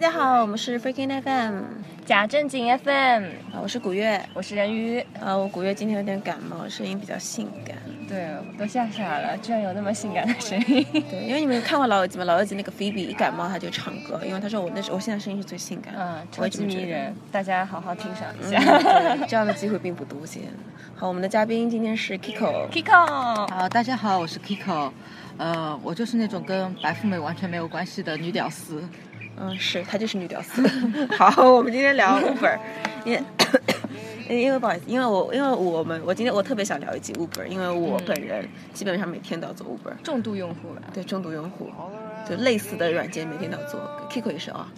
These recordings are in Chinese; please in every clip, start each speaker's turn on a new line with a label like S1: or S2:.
S1: 家好，我们是 Freaking FM，
S2: 假正经 FM，
S1: 啊我是古月，
S2: 我是人鱼。
S1: 啊，我古月今天有点感冒，声音比较性感。
S2: 对，我都吓傻了，居然有那么性感的声音。
S1: 对，因为你们有看过老友记吗？老友记那个菲比一感冒她就唱歌，因为她说我那时我现在声音是最性感的，
S2: 嗯，
S1: 我
S2: 超
S1: 也这
S2: 级
S1: 么
S2: 迷
S1: 觉得
S2: 人，大家好好欣赏一
S1: 嗯
S2: 下。
S1: 对 这样的机会并不多见。好，我们的嘉宾今天是 Kiko，
S2: Kiko，
S3: 好，啊大家好，我是 Kiko，呃，我就是那种跟白富美完全没有关系的女屌丝。
S1: 嗯，是她就是女屌 丝。好，我们今天聊 Uber，因为 因为不好意思，因为我因为我们我今天我特别想聊一集 Uber，因为我
S2: 嗯
S1: 本人基本上每天都要做 Uber。
S2: 重度用户吧。
S1: 对中毒用户，就类似的软件每天都要做，Kiko 也是啊、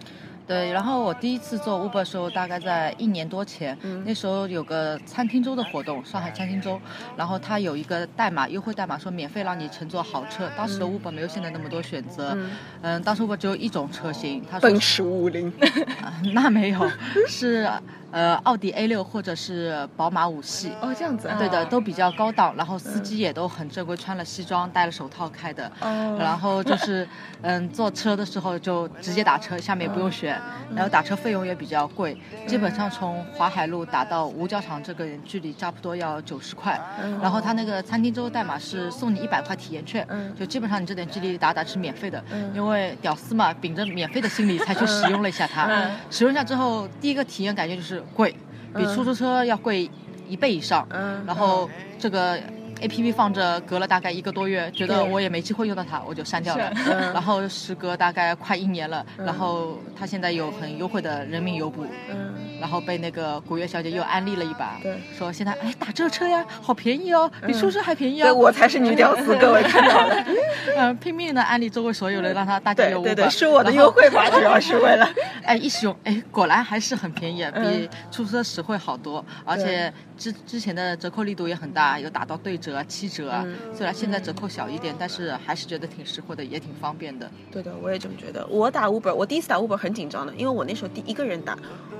S3: 对，然后我第一次做 Uber 的时候，大概在一年多前，
S1: 嗯
S3: 那时候有个呃餐厅周的活动，上海餐厅周，然后它有一个代码优惠代码，说免费让你乘坐豪车。当时的 Uber 没有现在那么多选择，嗯
S1: 嗯，
S3: 当时 Uber 只有一种车型，它说
S1: 奔驰五五零，
S3: 那没有，是呃奥迪 A 六或者是宝马五系。
S1: 哦，这样子啊，
S3: 对的，
S2: 嗯
S3: 都比较高档，然后司机也都很正规，穿了西装，戴了手套开的。
S1: 哦
S3: 然后就是，嗯，坐车的时候就直接打车，下面也不用选，然后打车费用也比较贵，基本上从淮海路打到五角场这个距离差不多要九十块。
S1: 嗯
S3: 然后他那个餐厅周代码是送你一百块体验券，
S1: 嗯
S3: 就基本上你这点距离打打是免费的，
S1: 嗯
S3: 因为屌丝嘛，秉着免费的心理才去使用了一下它。
S2: 嗯
S3: 使用一下之后，第一个体验感觉就是贵，比
S1: 嗯
S3: 出租车要贵一倍以上。
S1: 嗯，
S3: 然后这个 A P P 放着，隔了大概一个多月，觉得
S1: 对
S3: 我也没机会用到它，我就删掉了。
S2: 是
S1: 嗯
S3: 然后时隔大概快一年了，然后它现在有很优惠的人民优步，
S1: 嗯，
S3: 然后被那个古月小姐又安利了一把，
S1: 对嗯
S3: 说现在哎打这车呀，好便宜哦，比出租车还便宜
S1: 对
S3: 哦。
S1: 我才是女屌丝，各位看到了，
S3: 嗯，拼命的安利周围所有人，让他大家
S1: 对
S3: 有 Uber。
S1: 对对，是我的
S3: 然后
S1: 优惠码，主要是为 了，
S3: 哎，一使用，哎，果然还是很便宜，啊
S1: 嗯
S3: 比出租车实惠好多，而且之之前的折扣力度也很大，有打到对折、啊、七折啊。
S1: 嗯
S3: 虽然现在折扣小一点，但是还是觉得挺实惠的，也挺方便的。
S1: 对的，我也这么觉得。我打 Uber，我第一次打 Uber 很紧张的，因为我那时候第一个人打。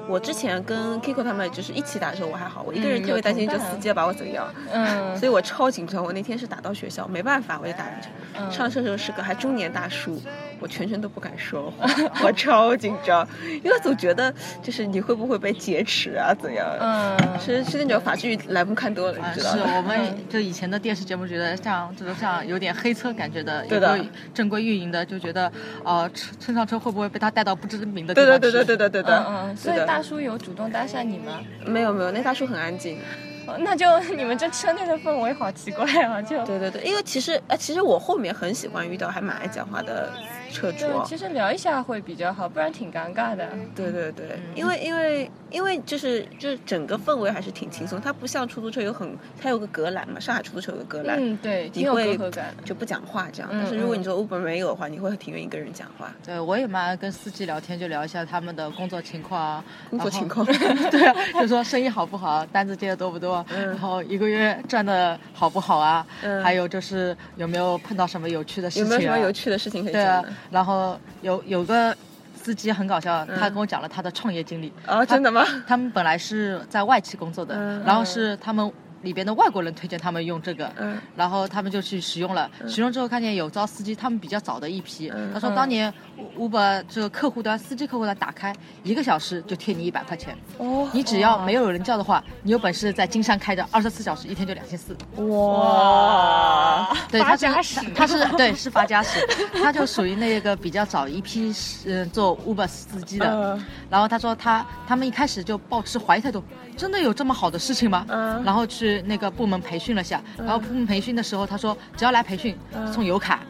S1: 我之前跟 Kiko 他们就是一起打的时候我还好，我一个人特别担心
S2: 嗯有
S1: 就
S2: 同伴
S1: 司机要把我怎样，
S2: 嗯
S1: 所以我超紧张。我那天是打到学校，没办法，我就打进去。
S2: 嗯
S1: 上车的时候是个还中年大叔，我全程都不敢说 话，我超紧张，因为总觉得就是你会不会被劫持啊，怎样？
S2: 嗯，
S1: 是是那种法剧栏目看多了，
S3: 啊，
S1: 你知
S3: 是
S1: 道吗？
S3: 我
S1: 嗯
S3: 们就以前的电视节目，觉得像这种像有点黑车感觉的，
S1: 对的
S3: 有没有正规运营的，就觉得呃，乘乘上车会不会被他带到不知名的地
S1: 对
S3: 方
S1: 对
S3: 去？
S1: 对对对对
S3: 对。
S1: 对对，
S2: 嗯嗯，所以
S1: 对的
S2: 大叔有主动搭讪你吗？
S1: 没有没有，那大叔很安静。
S2: 哦那就 你们这车内的氛围好奇怪啊！就
S1: 对对对，因为其实呃，其实我后面很喜欢遇到还蛮爱讲话的车主
S2: 对，
S1: 哦。
S2: 其实聊一下会比较好，不然挺尴尬的。
S1: 对对对，
S3: 嗯
S1: 因为因为因为就是就是整个氛围还是挺轻
S3: 嗯
S1: 松，它不像出租车有很它有个隔栏嘛，上海出租车有个隔栏，
S2: 嗯，对，挺
S1: 你
S2: 有隔
S1: 会
S2: 阂感。
S1: 就不讲话这样。
S2: 嗯
S1: 但是如果你说 Uber 没有的话，你会挺愿意跟人讲话，
S3: 对，呃我也蛮爱跟司机聊天，就聊一下他们的工作情况啊，
S1: 工作
S3: 然后
S1: 情况。
S3: 对啊，就说生意好不好，单子接的多不多，
S1: 嗯
S3: 然后一个月赚的好不好啊，
S1: 嗯
S3: 还有就是有没有碰到什么有趣的事
S1: 有
S3: 情、啊，
S1: 没有什么有趣的事情可以
S3: 对
S1: 讲
S3: 啊
S1: 的？，
S3: 然后有有个司机很搞笑，
S1: 嗯
S3: 他跟我讲了他的创业经历，
S1: 啊，真的吗？
S3: 他们本来是在外企工作的，
S1: 嗯
S3: 然后是他们里边的外国人推荐他们用这个，
S1: 嗯
S3: 然后他们就去使用了，使用之后看见有招司机，他们比较早的一批
S1: 嗯。
S3: 他说当年 Uber 这个客户端、司机客户端打开一个小时就贴你一百块钱，
S1: 哦
S3: 你只要没有人叫的话，你有本事在金山开着二十四小时，一天就两千四。
S1: 哇，
S3: 对，
S2: 发
S3: 他是
S2: 家史
S3: 他他是对是发家史，他就属于那个比较早一批嗯做 Uber 司机的。
S1: 嗯
S3: 然后他说他他们一开始就抱持怀疑态度，真的有这么好的事情吗？
S1: 嗯
S3: 然后去那个部门培训了下，然后部门培训的时候他说只要来培训送油卡。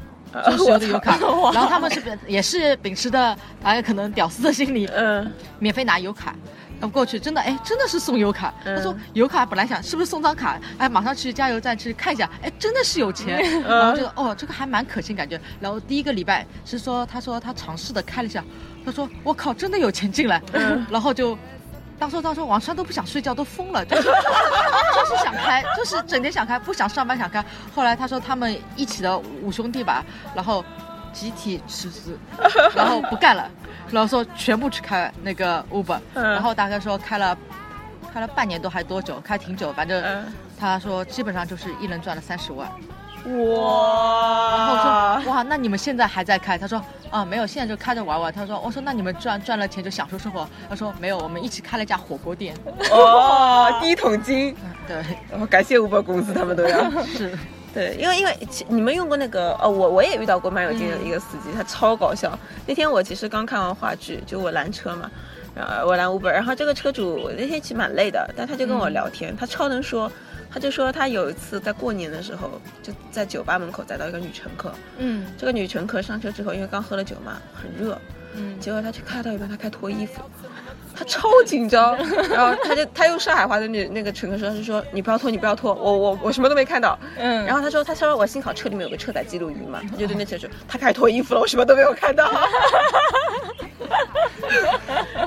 S3: 送所有的油卡，然后他们是秉也是秉持的哎可能屌丝的心理，
S1: 嗯，
S3: 免费拿油卡。然后过去真的哎，真的是送油卡。
S1: 嗯
S3: 他说油卡本来想是不是送张卡，哎，马上去加油站去看一下，哎，真的是有钱。然后这个哦，这个还蛮可信感觉。然后第一个礼拜是说，他说他尝试的开了一下，他说我靠，真的有钱进来。 然后就。当时当时王川都不想睡觉，都疯了， 就是就是想开，就是整天想开，不想上班想开。后来他说他们一起的五兄弟吧，然后集体辞职， 然后不干了，然后说全部去开那个 Uber，、
S1: 嗯
S3: 然后大概说开了开了半年多还多久，开挺久，反正
S1: 嗯嗯
S3: 他说基本上就是一人赚了三十万。
S1: 哇，
S3: 然后我说哇，那你们现在还在开？他说啊，没有，现在就开着玩玩。他说，我说那你们赚赚了钱就享受生活。他说没有，我们一起开了一家火锅店。
S1: 哦，第一桶金，
S3: 嗯，对，
S1: 然后感谢 Uber 公司，他们都要。
S3: 是，
S1: 对，因为因为其你们用过那个呃，我我也遇到过蛮有劲的一个司机，他超搞笑。那天我其实刚看完话剧，就我拦车嘛，然后我拦 Uber，然后这个车主我那天其实蛮累的，但他就跟我聊天，他超能说，他就说他有一次在过年的时候就在酒吧门口载到一个女乘客，
S2: 嗯
S1: 这个女乘客上车之后，因为刚喝了酒嘛，很热，
S2: 嗯，
S1: 结果他去开到一半，他开脱衣服，他超紧张，然后他就他用上海话跟那那个乘客说，他就说你不要脱，你不要脱，我我我什么都没看到。
S2: 嗯，
S1: 然后他说，他说我幸好车里面有个车载记录仪嘛，他就对那车说，他开始脱衣服了，我什么都没有看到。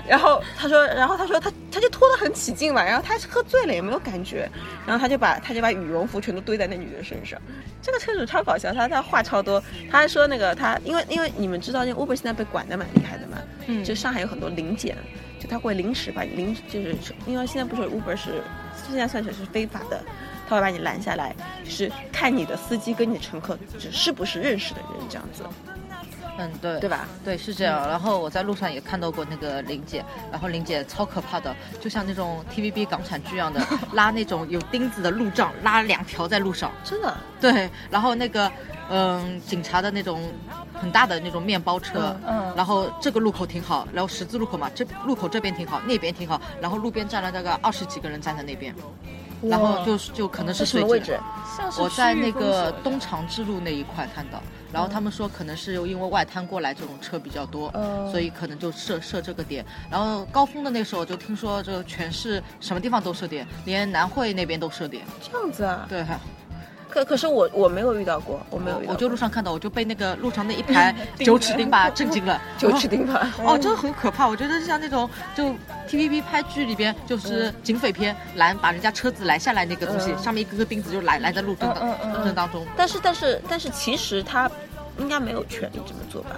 S1: 然后他说，然后他说他他就脱得很起劲嘛，然后他是喝醉了也没有感觉，然后他就把他就把羽绒服全都堆在那女的身上。这个车主超搞笑，他他话超多，他还说那个他因为因为你们知道，那 Uber 现在被管得蛮厉害的嘛，
S2: 嗯
S1: 就上海有很多临检，就他会临时把你临就是因为现在不是 Uber 是现在算是是非法的，他会把你拦下来，就是看你的司机跟你的乘客只是不是认识的人这样子，
S3: 嗯，对，
S1: 对？吧？
S3: 对，是这样。然后我在路上也看到过那个林姐，然后林姐超可怕的，就像那种 TVB 港产剧 一样的，拉那种有钉子的路障，拉两条在路上。
S1: 真的，
S3: 对，然后那个，嗯，警察的那种很大的那种面包车，
S2: 嗯
S3: 然后这个路口挺好，然后十字路口嘛，这路口这边挺好，那边挺好，然后路边站了大概二十几个人站在那边，然后就就可能是
S1: 这什
S3: 随
S1: 么
S3: 机
S1: 位
S3: 的
S1: 置？
S2: 像是
S3: 我在
S2: 区域
S3: 那
S2: 封锁
S3: 个
S2: 的
S3: 东长支路那一块看到，然后他们说可能是因为外滩过来这种车比较多，
S1: 嗯
S3: 所以可能就设设这个点。然后高峰的那时候就听说，这个全市什么地方都设点，连南汇那边都设点。
S1: 这样子啊？
S3: 对，
S1: 可可是我我没有遇到过，我没有
S3: 我
S1: 遇到过，
S3: 哦我就路上看到，我就被那个路上那一排九齿钉耙震惊了。
S1: 九齿钉耙。
S3: 哦，真的很可怕。我觉得像那种就 TVB 拍剧里边，就是警匪片拦把人家车子拦下来那个东西，
S1: 嗯
S3: 上面一根根钉子就拦拦在路中
S2: 嗯嗯
S3: 当
S2: 嗯
S3: 路中当中，
S1: 但是但是但是，其实他应该没有权利这么做吧？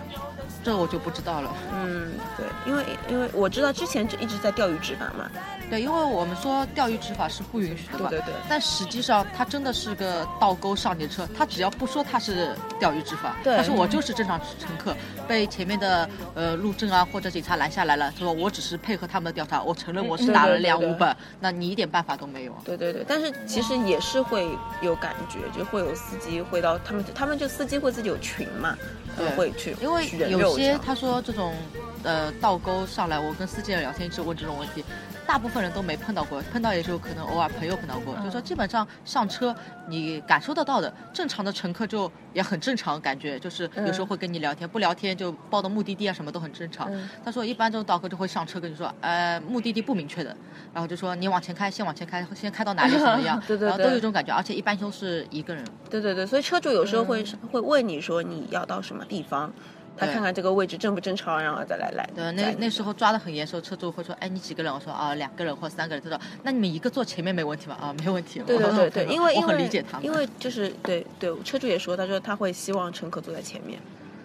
S3: 这我就不知道了。
S1: 嗯，对，因为因为我知道之前就一直在钓鱼执法嘛。
S3: 对，因为我们说钓鱼执法是不允许的嘛，
S1: 对。
S3: 但实际上它真的是个倒钩少年车，它只要不说它是钓鱼执法，
S1: 对
S3: 他说我就是正常乘客，被前面的呃路政啊或者警察拦下来了，说我只是配合他们的调查，我承认我是
S1: 嗯
S3: 打
S1: 对对
S3: 了
S1: 对
S3: 辆
S1: 对
S3: Uber，那你一点办法都没有。啊
S1: 对对对，但是其实也是会有感觉，就会有司机会到他们，他们就司机会自己有群嘛，他们
S3: 对
S1: 会去
S3: 因为
S1: 去人
S3: 有
S1: 肉这
S3: 些
S1: 样
S3: 他说这种呃倒钩上来，我跟司机聊天一直问这种问题，大部分人都没碰到过，碰到也就可能偶尔朋友碰到过，就
S1: 嗯
S3: 说基本上上车你感受得到的，正常的乘客就也很正常，感觉就是有
S1: 嗯
S3: 时候会跟你聊天，不聊天就报到目的地啊什么都很正常。
S1: 嗯
S3: 他说一般这种倒钩就会上车跟你说，呃目的地不明确的，然后就说你往前开，先往前开，先开到哪里怎么样，
S1: 对对
S3: 然后都
S1: 对
S3: 有这种感觉，而且一般都是一个人。
S1: 对对对，所以车主有时候会、会问你说你要到什么地方，他
S3: 嗯对
S1: 看看这个位置正不正常，然后再来来。
S3: 对，
S1: 载
S3: 那
S1: 你
S3: 那时候抓得很严的时候，车主会说：“哎，你几个人？”我说：“啊，两个人或三个人。”他说：“那你们一个坐前面没问题吧？”啊，没问题。
S1: 对
S3: 我
S1: 对
S3: 说
S1: 对对，
S3: 我
S1: 因为
S3: 我
S1: 因为
S3: 很理解他们。
S1: 因为就是对对，车主也说，他说他会希望乘客坐在前面。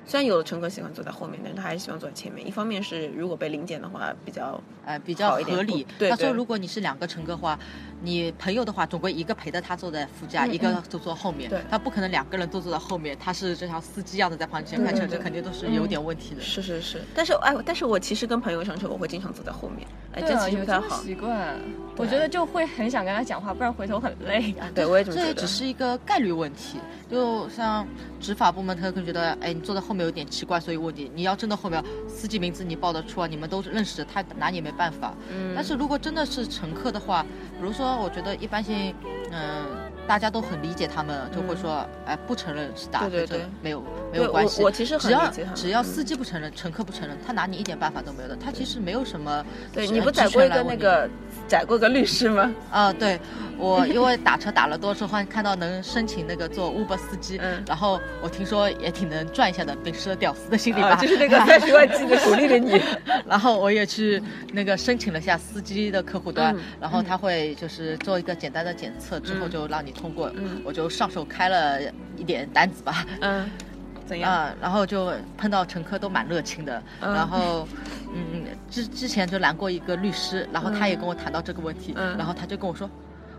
S1: 虽然有的乘客喜欢坐在后面，但是他还是喜欢坐在前面。一方面是如果被临检的话比较
S3: 呃比较
S1: 好一点
S3: 合理
S1: 不。对
S3: 他说：“
S1: 对
S3: 如果你是两个乘客的话，你朋友的话，总归一个陪着他坐在副驾，一个就坐后面
S1: 嗯对。
S3: 他不可能两个人都坐在后面，他是就像司机一样的在旁边开车，
S1: 对对嗯
S3: 这肯定都是有点问题的。
S1: 是是是，但是哎，但是我其实跟朋友上车，我会经常走在后面，哎，
S2: 对
S1: 这
S2: 啊，
S1: 其实
S2: 有
S1: 不
S2: 这
S1: 太
S2: 个
S1: 好。
S2: 习惯，我觉得就会很想跟他讲话，不然回头很累。
S1: 对，我也这么
S3: 这
S1: 觉
S3: 也
S1: 得
S3: 只。是一个概率问题，就像执法部门，他可能觉得，哎，你坐在后面有点奇怪，所以问你，你要真的后面司机名字你报得出啊，你们都认识，他拿你也没办法。
S1: 嗯
S3: 但是如果真的是乘客的话，比如说，我觉得一般性，嗯、大家都很理解他们，就会说，哎，不承认是打
S1: 嗯对对
S3: 或者
S1: 对
S3: 没有没
S1: 对
S3: 有关系。
S1: 我我其实很
S3: 只要
S1: 理解他们
S3: 只要
S1: 嗯
S3: 司机不承认，乘客不承认，他拿你一点办法都没有的。他其实没有什么
S1: 对，
S3: 是啊
S1: 你
S3: 很
S1: 不
S3: 职
S1: 宰过
S3: 权
S1: 一
S3: 来
S1: 个
S3: 问
S1: 那
S3: 你
S1: 个宰过一个律师吗？
S3: 啊，对我因为打车打了多之后，看到能申请那个做 Uber 司机，
S1: 嗯
S3: 然后我听说也挺能赚一下的，秉持着屌丝的心理吧，
S1: 啊，就是那个三十万记的鼓励了你。
S3: 然后我也去那个申请了一下司机的客户端，
S1: 嗯
S3: 然后他会就是做一个简单的检测，之后就让你通过，
S1: 嗯
S3: 我就上手开了一点单子吧，
S1: 嗯，怎样？
S3: 啊，然后就碰到乘客都蛮热情的，
S1: 嗯
S3: 然后，嗯，之之前就拦过一个律师，然后他也跟我谈到这个问题，
S1: 嗯
S3: 然后他就跟我说。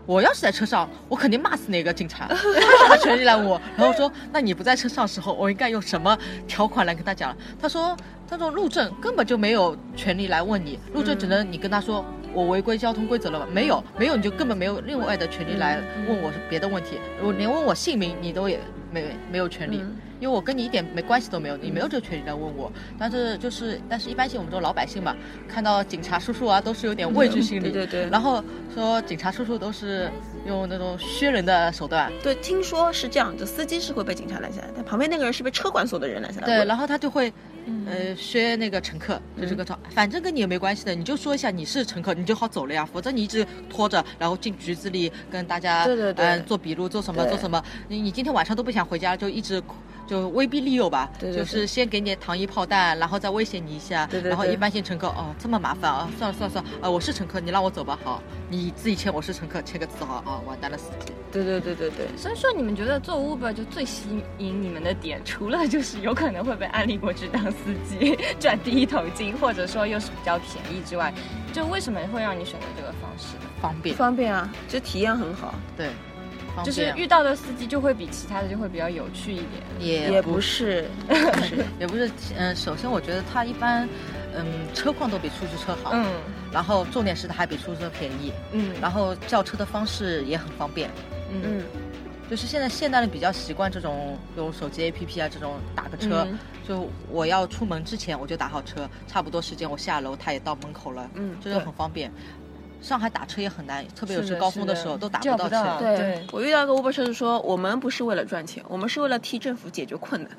S3: 我要是在车上，我肯定骂死那个警察， 他么权利来我。然后说，那你不在车上的时候，我应该用什么条款来跟他讲？他说，他说路政根本就没有权利来问你，路政只
S1: 嗯
S3: 能你跟他说。我违规交通规则了吗？没有，没有，你就根本没有另外的权利
S1: 嗯
S3: 来问我别的问题。我连问我姓名，你都也没没有权利。
S1: 嗯
S3: 因为我跟你一点没关系都没有，你没有这个权利来问我。但是就是，但是一般性我们这种老百姓嘛，看到警察叔叔啊，都是有点畏惧心理。
S1: 嗯对对对
S3: 然后说警察叔叔都是用那种削人的手段。
S1: 对，听说是这样，就司机是会被警察拦下来，但旁边那个人是被车管所的人拦下来。
S3: 对，然后他就会，
S1: 嗯
S3: 呃，削那个乘客，就这个状，反正跟你也没关系的，你就说一下你是乘客，你就好走了呀，否则你一直拖着，然后进局子里跟大家，
S1: 对对对
S3: 嗯做笔录，做什么
S1: 对
S3: 做什么，你你今天晚上都不想回家，就一直就威逼利诱吧，
S1: 对对对
S3: 就是先给你糖衣炮弹，然后再威胁你一下，
S1: 对对对
S3: 然后一般性乘客哦这么麻烦啊，算了算了算了，啊我是乘客，你让我走吧，好，你自己签我是乘客，签个字好啊，完蛋了司机，
S1: 对对对对对，
S2: 所以说，你们觉得做 Uber 就最吸引你们的点，除了就是有可能会被安利过去当司机 赚第一桶金，或者说又是比较便宜之外，就为什么会让你选择这个方式呢？
S3: 方便，
S1: 方便啊，就体验很好。
S3: 对，方便啊
S2: 就是遇到的司机就会比其他的就会比较有趣一点。
S1: 也
S3: 也
S1: 不是，
S3: 也不是，嗯、首先我觉得它一般，嗯，车况都比出租车好，
S2: 嗯
S3: 然后重点是它还比出租车便宜，
S2: 嗯，
S3: 然后叫车的方式也很方便，
S2: 嗯
S1: 嗯，
S3: 就是现在现代人比较习惯这种用手机 APP 啊这种打个车，
S1: 嗯
S3: 就我要出门之前我就打好车，差不多时间我下楼它也到门口了，
S1: 嗯
S3: 这就很方便。上海打车也很难，特别有
S2: 是
S3: 时
S2: 的
S3: 高峰的
S2: 是的
S3: 时候都打
S2: 叫
S3: 到
S2: 不
S3: 车。
S2: 到
S1: 啊对
S2: 对
S1: 我遇到一个 Uber 车主说，我们不是为了赚钱，我们是为了替政府解决困难。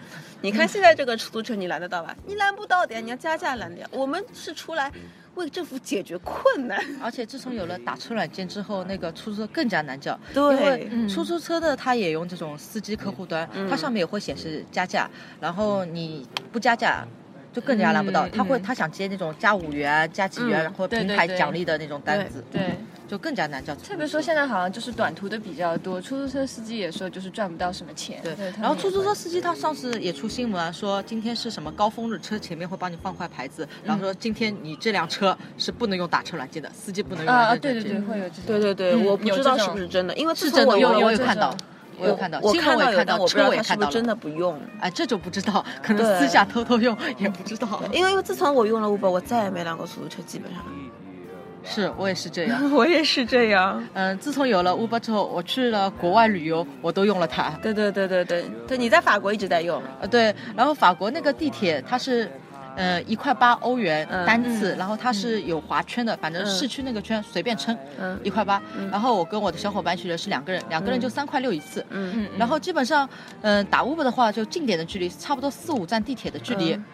S1: 你看现在这个出租车，你拦得到吧？你拦不到的呀，你要加价拦的呀。我们是出来为政府解决困难。
S3: 而且自从有了打车软件之后，那个出租车更加难叫，
S1: 对
S3: 因为
S2: 嗯
S3: 出租车的它也用这种司机客户端，
S1: 嗯
S3: 它上面也会显示加价，然后你不加价。就更加拿不到，
S2: 嗯
S3: 它会
S2: 嗯
S3: 它想接那种加五元、加几
S1: 嗯
S3: 元，然后
S2: 对
S3: 平
S2: 对
S3: 台
S2: 对
S3: 奖励的那种单子，
S2: 对，
S3: 就更加难叫出租车。
S2: 特别说现在好像就是短途的比较多，出租车司机也说就是赚不到什么钱。
S3: 对
S2: 对，，他嗯
S3: 然后
S2: 们
S3: 出租
S2: 也
S3: 车
S2: 会
S3: 司机他上次也出新闻啊，说今天是什么高峰日，车前面会帮你放块牌子，然后说今天你这辆车是不能用打车软件的，司机不能用
S2: 啊
S3: 打
S2: 啊，
S3: 车
S2: 对
S3: 软
S2: 对
S3: 件
S2: 对，。会有这种。
S1: 对对对，
S2: 嗯
S1: 我不
S2: 有
S1: 知
S2: 这
S1: 道是
S2: 种
S1: 不是真的，因为自
S3: 是
S1: 从
S3: 真
S1: 我
S3: 的，我
S2: 有
S3: 我
S1: 我
S3: 有
S2: 这
S3: 看到
S2: 种，
S3: 我有看到，
S1: 我
S3: 新闻
S1: 看到
S3: 我也
S1: 有，
S3: 看
S1: 但
S3: 到，
S1: 我不知
S3: 车
S1: 道
S3: 我也
S1: 他是
S3: 看
S1: 不
S3: 到
S1: 是真
S3: 了。
S1: 的不用。
S3: 哎，这就不知道，可能
S1: 对
S3: 私下偷偷用也不知道。
S1: 因为自从我用了 Uber，我再也没拦过出租车，基本上。
S3: 是我也是这 样。
S1: 我也是这样。
S3: 嗯，自从有了 Uber 之后，我去了国外旅游，我都用了它。
S1: 对对对对对对，你在法国一直在用。
S3: 呃，对，然后法国那个地铁它是。呃，一块八欧元
S1: 嗯
S3: 单次，然后它是有划圈的，反正市区那个圈随便撑，
S1: 嗯
S3: 一块八。然后我跟我的小伙伴去的是两个人，两个人就三块六一次。
S1: 嗯
S2: 嗯，嗯
S3: 然后基本上，嗯、打 Uber 的话，就近点的距离差不多四五站地铁的距离。
S1: 嗯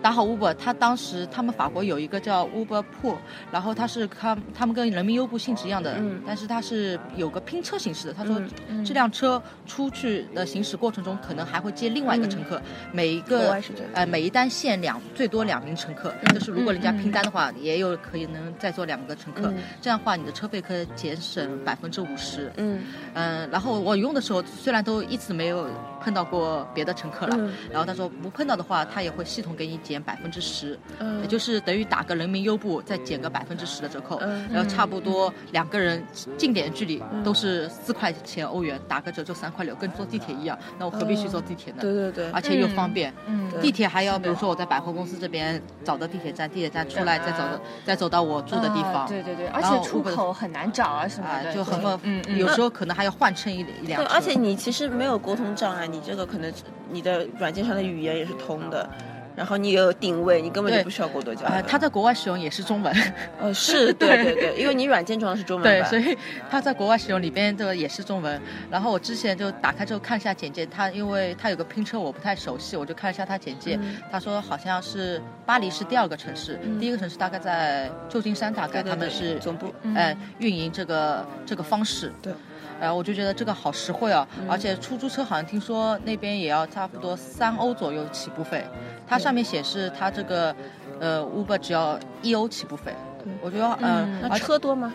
S3: 打好 Uber，他当时他们法国有一个叫 Uber Pool，然后他是他他们跟人民优步性质一样的，
S1: 嗯
S3: 但是它是有个拼车形式的。他说
S1: 嗯
S3: 这辆车出去的行驶过程中，可能还会接另外一个乘客，每一
S1: 嗯国
S3: 个
S1: 外是嗯这样
S3: 呃每一单限两最多两名乘客，就是如果人家拼单的话，也有可以能再坐两个乘客，
S1: 嗯
S3: 这样的话你的车费可以节省百分之五十。
S1: 嗯
S3: 嗯，然后我用的时候虽然都一直没有碰到过别的乘客了，
S1: 嗯
S3: 然后他说不碰到的话，他也会系统给你减百分之十，
S1: 嗯
S3: 也就是等于打个人民优步再减个百分之十的折扣，
S1: 嗯
S3: 然后差不多两个人近点距离都是四块钱欧元，打个折就三块六，跟坐地铁一样，那我何必去坐地铁呢？
S1: 对对对
S3: 而。且又方便。
S2: 嗯，
S1: 对
S3: 地铁还要，比如说我在百货公司这边找到地铁站，地铁站出来再走的，再走到我住的地
S2: 啊
S3: 方，
S2: 对对对，而
S3: 然后
S2: 且出
S3: Uber-
S2: 口很难找啊什么
S3: 啊，
S2: 的，
S3: 就很
S2: 对
S3: 方
S2: 嗯，嗯
S3: 有时候可能还要换乘一一辆
S1: 对，
S3: 车。
S1: 而且你其实没有沟通障碍，你这个可能你的软件上的语言也是通的，然后你也有定位，你根本就
S3: 对
S1: 不需要过多交流。
S3: 啊，他在国外使用也是中文，
S1: 呃 是，对对对，因为你软件装的是中文
S3: 对，
S1: 版
S3: 所以他在国外使用里边的也是中文。然后我之前就打开之后看一下简介，他因为他有个拼车我不太熟悉，我就看了一下他简介，
S1: 嗯
S3: 他说好像是巴黎是第二个城市，第一个城市大概在旧金山，大
S1: 对
S3: 概
S1: 对
S3: 他们
S1: 对
S3: 是
S1: 总部
S2: 嗯
S3: 呃运营这个这个方式。
S1: 对。嗯
S3: 然后我就觉得这个好实惠啊，而且出租车好像听说那边也要差不多三欧左右起步费，
S1: 嗯
S3: 它上面显示它这个呃 Uber 只要一欧起步费，我觉得嗯，
S1: 那
S3: 而且
S1: 车多吗？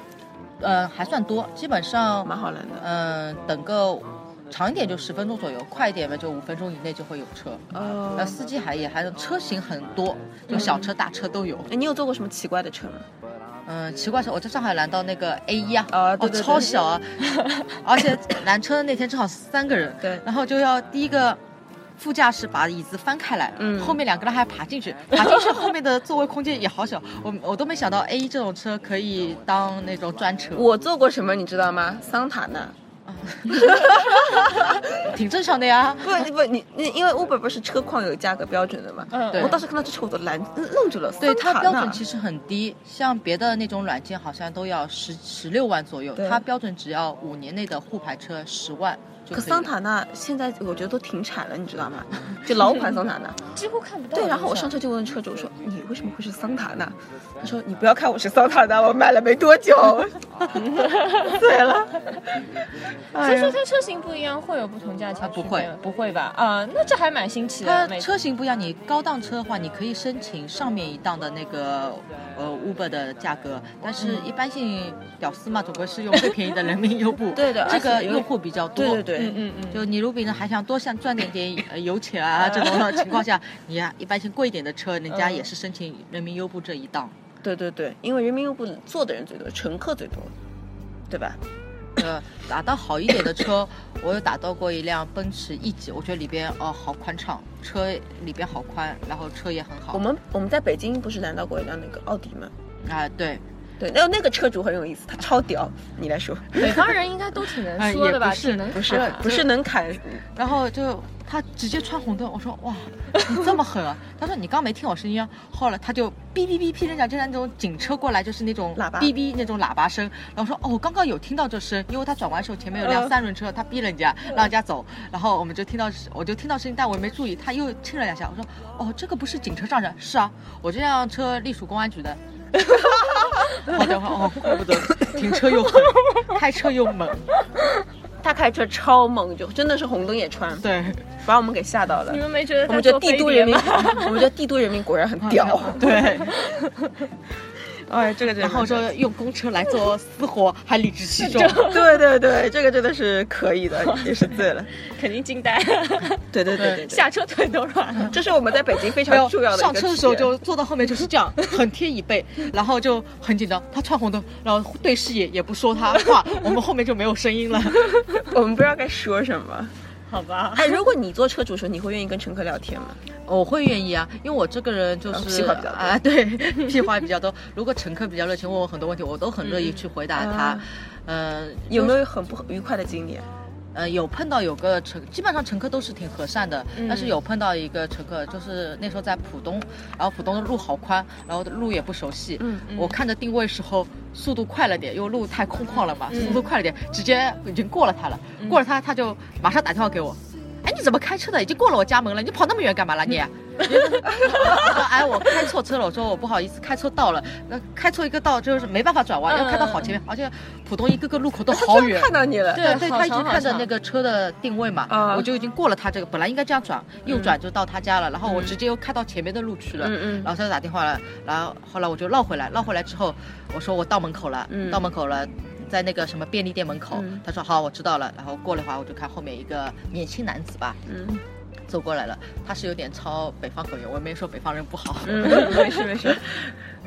S3: 呃还算多，基本上
S1: 蛮好拦的。
S3: 嗯、等个长一点就十分钟左右，快一点嘛就五分钟以内就会有车。
S1: 哦
S3: 呃，司机还也还车型很多，就小车大车都有。
S1: 哎，你有坐过什么奇怪的车吗？
S3: 嗯，奇怪是，我在上海拦到那个 A 一啊，
S1: 啊对
S3: 哦，
S1: 对对
S3: 超小啊， 而且拦车的那天正好三个人，
S1: 对
S3: 然后就要第一个副驾驶把椅子翻开来，
S1: 嗯
S3: 后面两个人还爬进去，爬进去后面的座位空间也好小，我我都没想到 A 一这种车可以当那种专车，
S1: 我坐过什么你知道吗？桑塔纳。
S3: 挺正常的呀。
S1: 不不，你你因为 Uber 不是车况有价格标准的嘛？
S2: 嗯
S3: 呃对
S1: 我当时看到这车我都拦嗯愣住了。
S3: 对
S1: 桑
S3: 它
S1: 塔
S3: 标
S1: 纳
S3: 准其实很低，像别的那种软件好像都要十十六万左右
S1: 对，
S3: 它标准只要五年内的沪牌车十万就
S1: 可
S3: 可以了。
S1: 桑塔纳现在我觉得都停产了，你知道 吗？就老款桑塔纳。
S2: 几乎看不到。
S1: 对，然后我上车就问车主我说：“你为什么会是桑塔纳？”他说：“你不要看我是桑塔纳，我买了没多 久，醉 了。哎
S2: 所以说
S1: 呀”
S2: 它车型不一样，会有不同价钱
S3: 啊
S2: 区
S3: 不
S2: 别。
S3: 会
S2: 不会吧？啊，那这还蛮新奇
S3: 它
S2: 的。每
S3: 车型不一样，你高档车的话，你可以申请上面一档的那个呃 Uber 的价格，但是
S1: 嗯
S3: 一般性屌丝嘛，总归是用最便宜的人 民优步。
S1: 对的
S3: 这
S1: 而
S3: 个
S1: 且有
S3: 用户比较多。
S1: 对对对，
S2: 嗯嗯嗯，
S3: 就你如果比呢还想多想赚点点呃油 钱啊，这种情况下，你啊一般性贵一点的车，人家
S2: 嗯
S3: 也是申请人民优步这一档。
S1: 对对对，因为人民优步坐的人最多，乘客最多，对吧？
S3: 呃，打到好一点 的车，我有打到过一辆奔驰 E 级，我觉得里边哦好宽敞，车里边好宽，然后车也很好。
S1: 我们我们在北京不是拦到过一辆那个奥迪吗？
S3: 啊、对，
S1: 对，那那个车主很有意思，他超屌，你来说，
S2: 北方人应该都挺 能
S3: 哎
S2: 说
S3: 也
S2: 的吧？
S3: 不是
S2: 挺能啊
S1: 不是
S2: 侃的
S1: 不是能砍，
S3: 然后就他直接穿红灯，我说哇，你这么狠啊！他说你刚没听我声音啊。后来他就哔哔哔噼里啪啦，就是那种警车过来，就是那种
S1: 喇叭
S3: 哔哔那种喇叭声。然后说哦，我刚刚有听到这声，因为他转弯的时候前面有辆
S1: 嗯
S3: 三轮车，他逼人家让人家走，然后我们就听到我就听到声音，但我也没注意，他又亲了两下。我说哦，这个不是警车上人，是啊，我这辆车隶属公安局 的。我等会儿哦，怪不得停车又狠，开车又猛，
S1: 他开车超猛，就真的是红灯也穿，
S3: 对。
S1: 把我们给吓到了
S2: 你。们没觉得
S1: 我
S2: 他
S1: 们觉
S2: 做
S1: 得帝
S2: 飞
S1: 都人
S2: 碟
S1: 民
S2: 吗？，
S1: 我们觉得帝都人民果然很 屌。
S3: 对，
S1: 哎，这个真的
S3: 然后说用公车来做私活，还理直气壮。
S1: 对对对，这个真的是可以 的，也是醉了。
S2: 肯定惊呆，
S1: 对对 对对对，
S2: 下车腿都软了。
S1: 这是我们在北京非
S3: 没
S1: 常
S3: 有
S1: 重要的一个
S3: 上车的时候
S1: 体验
S3: 就坐到后面就是这样，很贴椅 背，然后就很紧张。他穿红灯，然后对视也也不说他话，我们后面就没有声音了。
S1: 我们不知道该说什么。
S2: 好 吧，
S1: 哎，如果你做车主的时候，你会愿意跟乘客聊天吗？
S3: 我会愿意啊，因为我这个人就
S1: 屁
S3: 是
S1: 话比较多
S3: 啊，对，屁话比较多。如果乘客比较热情，问我很多问题，我都很乐意去回答他
S1: 嗯。
S3: 嗯，
S1: 有
S3: 有
S1: 没有很不愉快的经历啊？
S3: 呃，有碰到有个乘，基本上乘客都是挺和善的，
S1: 嗯
S3: 但是有碰到一个乘客，就是那时候在浦东，然后浦东的路好宽，然后路也不熟悉，
S1: 嗯
S3: 我看着定位时候速度快了点，因为路太空旷了嘛，
S2: 嗯
S3: 速度快了点，直接已经过了他了，
S1: 嗯
S3: 过了他他就马上打电话给我。哎，你怎么开车的？已经过了我家门了，你跑那么远干嘛了你？我说哎，我开错车了。我说我不好意思，开错道了。那开错一个道就是没办法转弯，要开到好前
S1: 嗯
S3: 面，而且浦东一个个路口都 好远。
S1: 看到你了，
S3: 对对，
S2: 好
S3: 他一直
S2: 长好
S3: 看着
S2: 长
S3: 那个车的定位嘛，
S1: 啊
S3: 我就已经过了他这个，本来应该这样转，右转就到他家了，然后我直接又开到前面的路去了，
S1: 嗯嗯
S3: 然后他就打电话了，然后后来我就绕回来，绕回来之后，我说我到门口了，
S1: 嗯
S3: 到门口了。在那个什么便利店门口，
S1: 嗯
S3: 他说好，我知道了。然后过了一会儿，我就看后面一个年轻男子吧
S1: 嗯
S3: 走过来了，他是有点超北方口音，我也没说北方人不好。
S1: 嗯， 没事没事，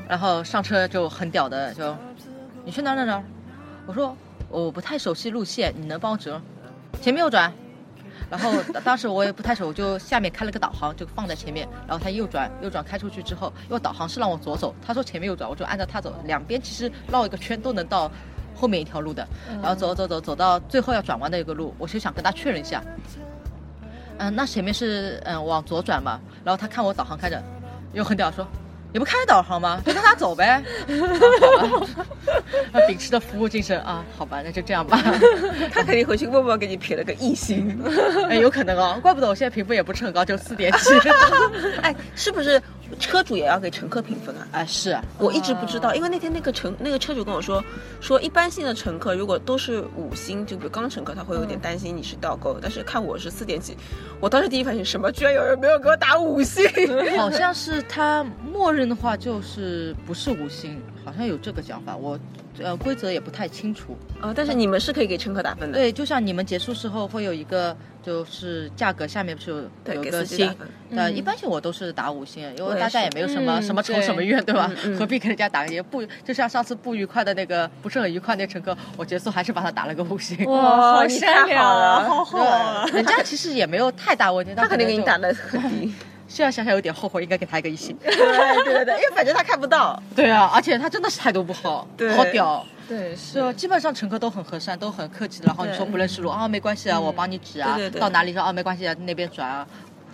S3: 然后上车就很屌的就，你去哪儿哪儿哪儿？我说我不太熟悉路线，你能帮我指吗？前面右转。然后 当时我也不太熟，我就下面开了个导航，就放在前面。然后他右转，右转开出去之后，因为导航是让我左走，他说前面右转，我就按照他走，两边其实绕一个圈都能到后面一条路的。然后走走走走到最后要转弯的一个路，我就想跟他确认一下。嗯，那前面是嗯往左转嘛，然后他看我导航开着，又很屌说。你不开导航吗？就跟他走呗。 啊好吧那秉持的服务精神啊，好吧，那就这样吧。
S1: 他肯定回去默默给你撇了个一星。
S3: 哎，有可能哦，怪不得我现在评分也不是很高，就四点几。
S1: 哎，是不是车主也要给乘客评分啊？
S3: 啊，是，
S1: 我一直不知道，因为那天那个乘那个车主跟我说，说一般性的乘客如果都是五星，就比如刚乘客，他会有点担心你是倒钩，但是看我是四点几，我当时第一反应什么，居然有人没有给我打五星，
S3: 好像是他默认的话就是不是五星，好像有这个讲法。我呃规则也不太清楚。
S1: 哦，但是你们是可以给乘客打分的，
S3: 对，就像你们结束之后会有一个，就是价格下面不是有
S1: 对，
S3: 有一
S1: 给
S3: 个
S1: 司机打
S3: 星，
S1: 分。
S3: 呃，
S2: 嗯
S3: 一般性我都是打五星，因
S1: 我也
S3: 为大家
S1: 是
S3: 也没有什么
S2: 嗯
S3: 什么仇
S2: 对
S3: 什么怨，对吧
S1: 嗯嗯？
S3: 何必给人家打个也不就像上次不愉快的那个不是很愉快那乘客，我结束还是把他打了个五星。
S1: 哇
S2: 好
S1: 你
S2: 善
S1: 太
S2: 良
S1: 好了
S2: 啊，好好啊
S3: 对，！人家其实也没有太大问题，
S1: 他肯定给你打
S3: 的。
S1: 的很低，
S3: 现在想想有点后悔，应该给他一个一星。
S1: 对对对，因为反正他看不到。
S3: 对啊，而且他真的是态度不好，
S1: 对
S3: 好屌。
S2: 对，
S3: 是啊，基本上乘客都很和善，都很客气的。然后你
S1: 对
S3: 说不认识路啊，没关系啊，我帮你指啊。
S1: 对对对
S3: 到哪里说啊，没关系啊，那边转啊，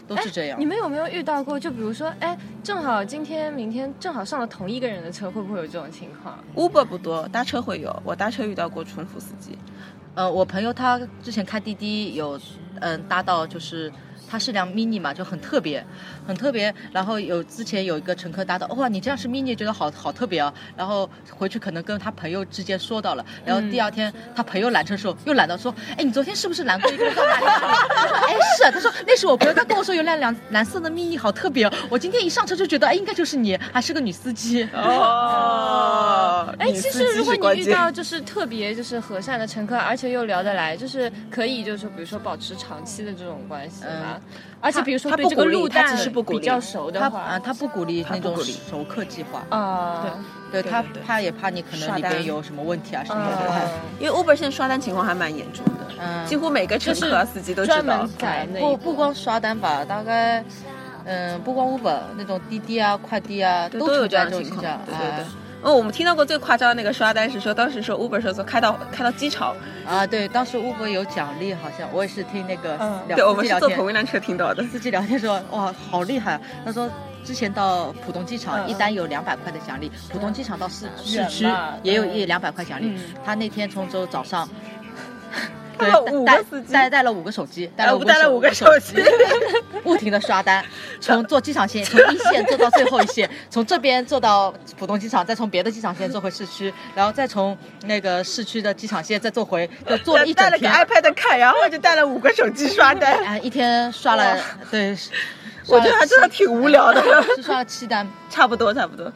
S3: 都是这样
S2: 你。们有没有遇到过？就比如说，哎，正好今天、明天正好上了同一个人的车，会不会有这种情况？
S1: Uber 不多，搭车会有，我搭车遇到过重复司机。
S3: 呃，我朋友他之前开滴滴有，嗯，搭到就是。它是辆 mini 嘛，就很特别，很特别。然后有之前有一个乘客搭到，哇，你这样是 mini，觉得好好特别啊。然后回去可能跟他朋友之间说到了，然后第二天
S1: 嗯
S3: 他朋友拦车的时候又拦到说，哎，你昨天是不是拦过一个人到哪里哪里？ 他说，哎，是啊。他说那是我朋友，他跟我说有辆蓝蓝色的 mini 好特别、哦，我今天一上车就觉得，哎，应该就是你，还是个女司机。
S1: 哦
S2: 哎，其实如果你遇到就是特别就是和善的乘客，而且又聊得来，就是可以就是说比如说保持长期的这种关系吧。而且比如说
S1: 嗯他
S2: 对
S1: 不
S2: 这个
S1: 鼓励
S2: 路
S1: 他
S2: 段
S1: 只是不鼓
S2: 比
S1: 励
S2: 较熟的
S3: 他
S2: 话，
S3: 啊，他不鼓励
S1: 他
S3: 那
S1: 不
S3: 种
S1: 鼓励
S3: 熟客计划。
S2: 啊，
S3: 对
S1: 对
S3: 他
S1: 对对，
S3: 他也怕你可
S1: 刷
S3: 能里
S1: 单
S3: 边有什么问题啊什么的。
S2: 嗯，
S1: 因为 Uber 现在刷单情况还蛮严重的，
S3: 嗯，
S1: 几乎每个乘客啊司机都知
S2: 专
S1: 道
S2: 门。宰那一
S3: 不
S2: 波
S3: 不光刷单吧，大概，嗯，不光 Uber 那种滴滴啊、快递啊，
S1: 对
S3: 都
S1: 都有这样
S3: 存在这
S1: 的
S3: 种
S1: 情
S3: 现
S1: 况
S3: 象。
S1: 对对对哦，我们听到过最夸张的那个刷单是说，当时说 Uber 说从开到开到机场，
S3: 对。啊，对，当时 Uber 有奖励，好像我也是听那个
S2: 嗯
S3: 聊
S1: 对，我
S3: 司
S1: 们
S3: 机
S1: 是
S3: 聊
S1: 坐同
S3: 天，
S1: 一辆车听到的。
S3: 司机聊天说，哇，好厉害啊！他说。之前到浦东机场，
S2: 嗯
S3: 一单有两百块的奖励；浦东机场到市
S1: 嗯
S3: 市
S2: 远
S3: 区
S2: 嘛
S3: 也有
S2: 嗯
S3: 一两百块奖励。
S2: 嗯
S3: 他那天从州早上，
S1: 带
S3: 对
S1: 了五个
S3: 带
S1: 司机
S3: 带带了五个手机，带
S1: 哎
S3: 了
S1: 我带了五个手机，
S3: 不停的刷单，从坐机场线从一线坐到最后一线，从这边坐到浦东机场，再从别的机场线坐回市区，然后再从那个市区的机场线再坐回，就坐了 一
S1: 带
S3: 整
S1: 了个
S3: 天。
S1: iPad 看，然后就带了五个手机刷 单，
S3: 哎，一天刷了，对，
S1: 我觉得还真的挺无聊的。
S3: 是刷了七单，
S1: 差不多，差不多，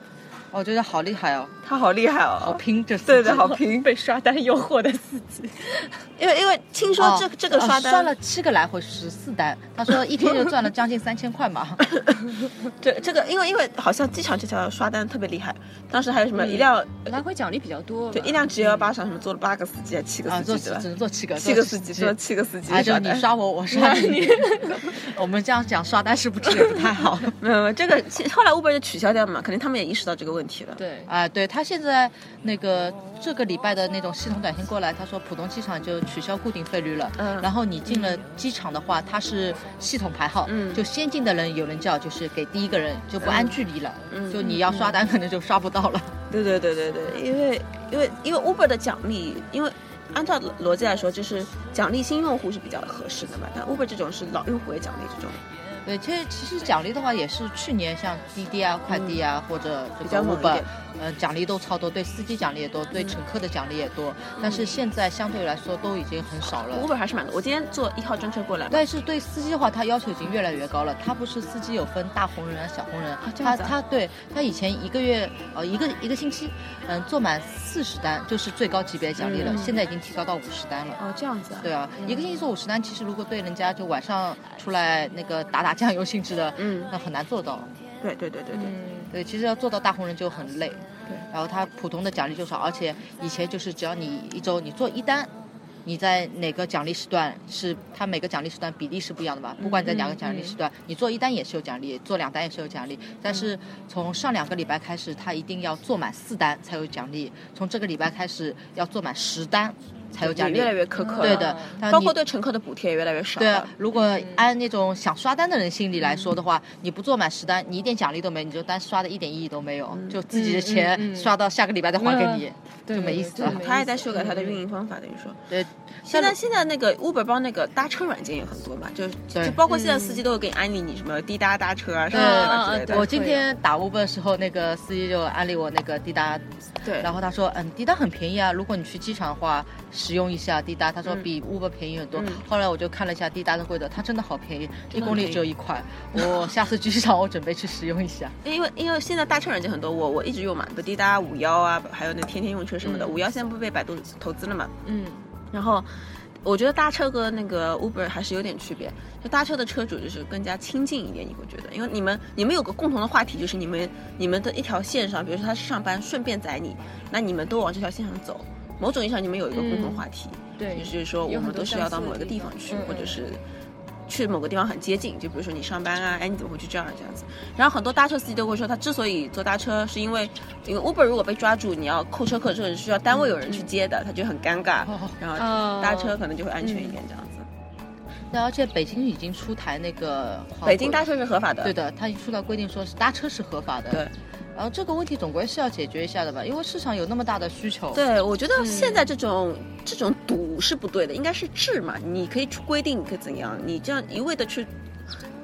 S3: 我觉得好厉害哦，
S1: 他好厉害
S3: 好
S1: 哦。
S3: 拼这司机
S1: 对对，好拼。
S2: 被刷单诱惑的司机，
S1: 因为因为听说这
S3: 哦
S1: 这个刷
S3: 呃刷
S1: 单，
S3: 了七个来回十四单，他说一天就赚了将近三千块 嘛。
S1: 这这个因为因为好像机场这条刷单特别厉害，当时还有什么一辆
S2: 来回奖励比较多吧。
S1: 对一辆 G 幺八上什么坐了八个司机，还七个
S3: 啊，
S1: 司
S3: 做
S1: 机对
S3: 只
S1: 吧？
S3: 能做七个，
S1: 七
S3: 做
S1: 个司机，坐七个司机
S3: 啊，就
S1: 刷
S3: 是你
S1: 单。
S3: 刷我，我刷你。 我们这样讲刷单是不是也不太好？
S1: 没有没有，这个其实后来 Uber 就取消掉嘛，肯定他们也意识到这个问题了。
S2: 对，
S3: 啊，对他现在那个这个礼拜的那种系统短信过来，他说浦东机场就取消固定费率了。
S1: 嗯
S3: 然后你进了机场的话，它是系统排号，
S1: 嗯
S3: 就先进的人有人叫，就是给第一个人就不按距离了，
S1: 嗯
S3: 就你要刷单可能就刷不到了。
S1: 对对对对对，因为因为因为 Uber 的奖励，因为按照逻辑来说，就是奖励新用户是比较合适的嘛，但 Uber 这种是老用户也奖励这种。
S3: 对，其实其实奖励的话也是去年像滴滴啊、快递啊或者
S1: 嗯比
S3: 这
S1: 较
S3: 个
S1: 猛一点嗯
S3: Uber，呃，奖励都超多，对司机奖励也多，对乘客的奖励也多，但是现在相对来说都已经很少了。
S1: Uber 还是蛮多，我今天坐一号专车过来嘛，
S3: 但是对司机的话，他要求已经越来越高了。他不是司机有分大红人啊、小红人，
S1: 这样
S3: 他
S1: 子啊
S3: 他对他以前一个月呃一个一个星期，嗯、做满四十单就是最高级别奖励了，
S1: 嗯
S3: 现在已经提高到五十单了。
S1: 哦这样子啊，
S3: 对啊，一个星期做五十单，其实如果对人家就晚上出来那个打打酱油性质的，
S1: 嗯
S3: 那很难做到。
S1: 对对对对对。
S2: 嗯，
S3: 对，其实要做到大红人就很累。对，然后他普通的奖励就少，而且以前就是只要你一周你做一单，你在哪个奖励时段是它每个奖励时段比例是不一样的
S1: 嗯
S3: 吧？不管你在哪个奖励时段，你做一单也是有奖励，做两单也是有奖励。
S1: 嗯
S3: 但是从上两个礼拜开始，他一定要做满四单才有奖励，从这个礼拜开始要做满十单才有奖励
S1: 越。来越苛刻了，
S3: 对的，但
S1: 包
S3: 你
S1: 括对乘客的补贴也越来越少
S3: 对
S1: 了。
S3: 啊， 如果按那种想刷单的人心里来说的话，你不做满十单，你一点奖励都没，你这单刷的一点意义都没有，就自己
S2: 嗯
S3: 的
S2: 嗯
S3: 钱
S2: 嗯
S3: 刷到下个礼拜再还给你，就没意思了
S2: 对。对
S1: 他也在修改他的运营方法，等于说，
S3: 对，
S1: 现在现在那个 Uber 包那个搭车软件也很多嘛，就就
S3: 对
S1: 就包括现在司机都会给你安利你什么滴答搭车啊、什么
S3: 嗯
S1: 什么之类
S2: 对
S1: 的。
S3: 我今天打 Uber 的时候，那个司机就安利我那个滴答
S1: 对
S3: 然后他说，嗯，滴答很便宜啊，如果你去机场的话，使用一下滴答，他说
S1: 嗯
S3: 比 Uber 便宜很多。
S1: 嗯
S3: 后来我就看了一下滴答的贵的，它真的好便宜，一
S1: 真的很
S3: 公里
S1: 便宜
S3: 只有一块。我下次去机场，我准备去使用一下。
S1: 因为因为现在大车软件很多，我我一直用嘛，比如滴答、五幺啊，还有那天天用车什么的。
S3: 嗯
S1: 五幺现在不被百度投资了嘛？
S2: 嗯，
S1: 然后我觉得搭车跟那个 Uber 还是有点区别，就搭车的车主就是更加亲近一点，你会觉得，因为你们你们有个共同的话题，就是你们你们的一条线上，比如说他是上班顺便载你，那你们都往这条线上走，某种意义上你们有一个共同话题，
S2: 对
S1: 就，是说我
S2: 有很
S1: 们
S2: 多
S1: 都是要到某一个地方去，
S2: 相似的地方
S1: 或者
S2: 嗯嗯
S1: 是。去某个地方很接近，就比如说你上班啊，哎，你怎么会去这儿这样子？然后很多搭车司机都会说，他之所以坐搭车，是因为因为 Uber 如果被抓住，你要扣车扣这个是需要单位有人去接的，他就很尴尬。
S3: 哦
S1: 然后
S2: 哦
S1: 搭车可能就会安全一点这样子。
S3: 那而且北京已经出台那个跨国
S1: 北京搭车是合法的，
S3: 对的，它已经出台规定，说是搭车是合法的。
S1: 对。
S3: 然后这个问题总归是要解决一下的吧，因为市场有那么大的需求。。
S1: 对，我觉得现在这种、这种赌是不对的，应该是治嘛，你可以去规定，你可以怎样，你这样一味的去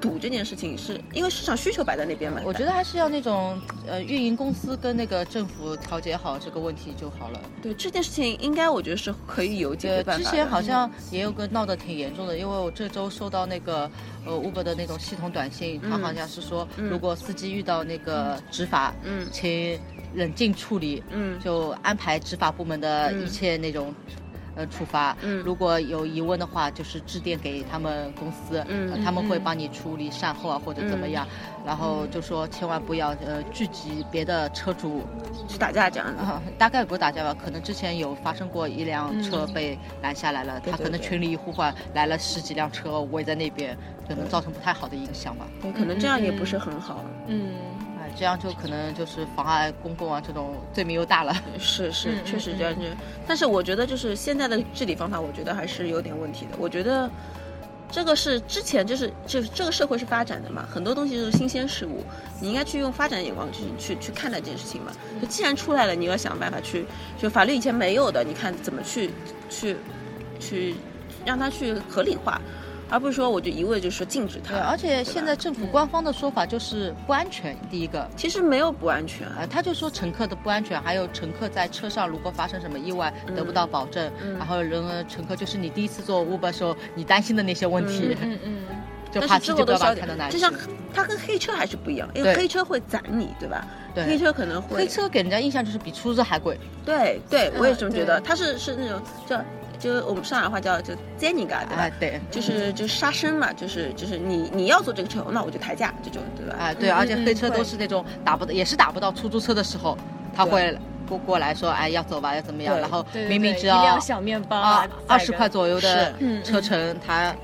S1: 赌这件事情是，因为市场需求摆在那边嘛。
S3: 我觉得还是要那种呃，运营公司跟那个政府调节好这个问题就好了。
S1: 对这件事情，应该我觉得是可以有解决
S3: 对，
S1: 办
S3: 之
S1: 法的。嗯
S3: 前好像也有个闹得挺严重的，因为我这周收到那个呃 Uber 的那种系统短信，他
S1: 嗯
S3: 好像是说，
S1: 嗯
S3: 如果司机遇到那个执法，
S1: 嗯
S3: 请冷静处理，
S1: 嗯
S3: 就安排执法部门的一切那种。呃，处罚。
S1: 嗯
S3: 如果有疑问的话，就是致电给他们公司，
S1: 嗯
S3: 呃他
S2: 嗯
S3: 们会帮你处理善后啊，或者怎么样。然后就说千万不要呃聚集别的车主，
S1: 去打架这样子。
S3: 啊， 大概不是打架吧，可能之前有发生过一辆车
S2: 嗯
S3: 被拦下来了，
S1: 对
S3: 他
S1: 对
S3: 可能
S1: 对
S3: 群里一呼唤来了十几辆车围在那边，可能造成不太好的影响吧。
S1: 对，可能这样也
S3: 嗯
S1: 不是很好。
S2: 嗯，
S3: 哎，这样就可能就是妨碍公共啊，这种罪名又大了。
S1: 是是
S2: 嗯，嗯
S1: 确实这样
S2: 嗯
S1: 就。但是我觉得就是现在的治理方法，我觉得还是有点问题的。我觉得这个是之前就是就是这个社会是发展的嘛，很多东西就是新鲜事物，你应该去用发展的眼光去去去看待这件事情嘛。
S3: 嗯
S1: 就既然出来了，你要想办法去，就法律以前没有的，你看怎么去去去让它去合理化，而不是说我就一味就说禁止它。
S3: 对，而且
S1: 对吧
S3: 现在政府官方的说法就是不安全，第一 个。
S1: 其实没有不安全啊，
S3: 啊，他就说乘客的不安全，还有乘客在车上如果发生什么意外得不到保证，
S1: 嗯
S3: 然后人呃乘客就是你第一次坐 Uber 时候你担心的那些问题，
S2: 嗯嗯
S3: 就怕
S1: 但是之
S3: 自
S1: 后
S3: 己不
S1: 都
S3: 要
S1: 是
S3: 把
S1: 要
S3: 它看到
S1: 点
S3: 哪里
S1: 就
S3: 去。
S1: 像它跟黑车还是不一样，因为
S3: 对
S1: 黑车会宰你，对吧？
S3: 对
S1: 黑车可能会
S3: 黑车给人家印象就是比出租车还贵。
S1: 对对，我也
S2: 嗯
S1: 这么觉得。
S2: 对
S1: 它是是那种叫，就是我们上海话叫就 z e n i g a 对吧？
S3: 哎，对，
S1: 就是就是杀生嘛，就是就是你你要坐这个车，那我就抬价这种，对吧？
S3: 哎，对，
S2: 嗯
S3: 而且
S2: 嗯
S3: 黑车
S2: 会
S3: 都是那种打不到，也是打不到出租车的时候，他
S1: 对
S3: 会过过来说，哎，要走吧，要怎么样？
S1: 对
S3: 然后
S2: 对对
S3: 明明
S2: 对
S3: 只
S2: 一
S3: 要
S2: 辆小面包
S3: 啊二十
S2: 载个
S3: 块左右的
S1: 是
S2: 嗯
S3: 车程，他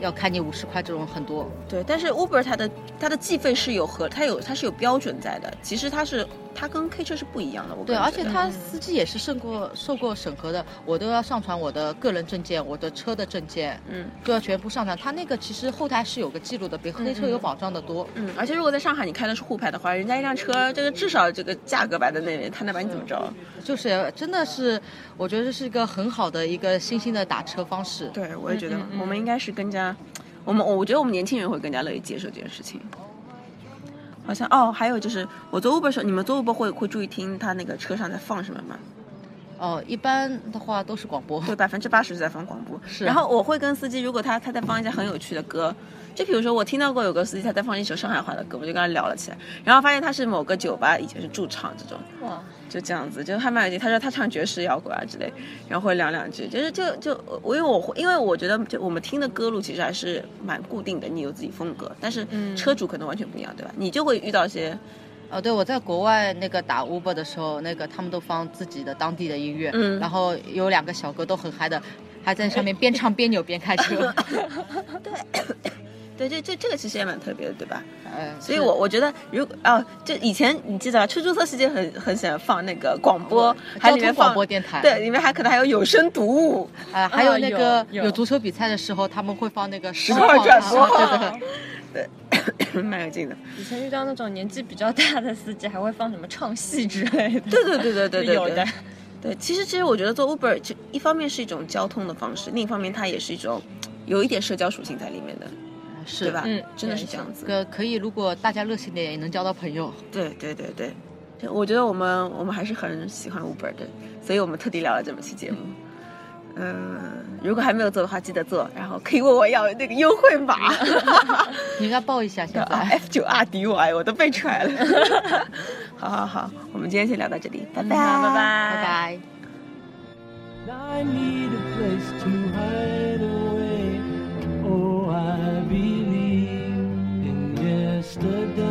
S3: 要开你五十块，这种很多。
S1: 对，但是 Uber 它的它的计费是有和它有它是有标准在的，其实它是它跟 K 车是不一样的，我个
S3: 对，
S1: 人
S3: 而
S1: 觉
S3: 且
S1: 得
S3: 他司机也是受过受过审核的，我都要上传我的个人证件，我的车的证件，
S1: 嗯
S3: 都要全部上传。他那个其实后台是有个记录的，比黑车有保障的多。
S1: 嗯，而且如果在上海你开的是沪牌的话，人家一辆车这个至少这个价格摆在那边，他能把你怎么着？
S3: 就是真的是，我觉得这是一个很好的一个新兴的打车方式。
S1: 对，我也觉得
S2: 嗯嗯
S1: 我们应该是更加，我们我觉得我们年轻人会更加乐意接受这件事情。好像哦，还有就是我做 Uber 的时候，你们做 Uber 会会注意听他那个车上在放什么吗？
S3: 哦，一般的话都是广播。
S1: 对，百分之八十是在放广播。
S3: 是
S1: 然后我会跟司机，如果他他在放一些很有趣的歌，就比如说我听到过有个司机他在放一首上海话的歌，我就跟他聊了起来，然后发现他是某个酒吧以前是驻唱这种。
S2: 哇，
S1: 就这样子，就还蛮有劲。他说他唱爵士摇滚啊之类，然后会聊两句，就是就就我因为我因为我觉得就我们听的歌路其实还是蛮固定的，你有自己风格，但是
S2: 嗯
S1: 车主可能完全不一样，对吧？你就会遇到一些
S3: 哦，对，我在国外那个打 Uber 的时候，那个他们都放自己的当地的音乐，
S1: 嗯
S3: 然后有两个小哥都很嗨的，还在上面边唱边扭边 开车，
S1: 对，这这这个其实也蛮特别的，对吧？
S3: 嗯，
S1: 所以
S3: 是
S1: 我我觉得如果哦，就以前你记得吧，出租车司机很很喜欢放那个广播，还
S3: 交
S1: 里面
S3: 通
S1: 放
S3: 广播电台，
S1: 对，里面还可能还有有声读物，
S3: 啊，还有那个
S2: 有有
S3: 足球比赛的时候，他们会放那个实
S1: 实况转播
S3: 啊对 对对
S1: 蛮有劲的。
S2: 以前遇到那种年纪比较大的司机，还会放什么唱戏之类的。
S1: 对对对对对 对，
S2: 有的
S1: 对。对，其实其实我觉得做 Uber 就一方面是一种交通的方式，另一方面它也是一种有一点社交属性在里面的，
S3: 是
S1: 对吧？
S2: 嗯
S1: 真的是这样子。
S3: 个可以，如果大家热心点，也能交到朋友。
S1: 对对对对，对我觉得我们我们还是很喜欢 Uber 的，所以我们特地聊了这么期节目。嗯，如果还没有做的话，记得做，然后可以问我要那个优惠 码。
S3: 你应该报一下现在。
S1: 啊，F 九 R D Y，我都背出来了。 好好好，我们今天先聊到这里，拜拜，
S2: 嗯好拜拜，
S3: 拜拜。
S4: I need a place to hide away. Oh, I believe in yesterday. Mm-hmm.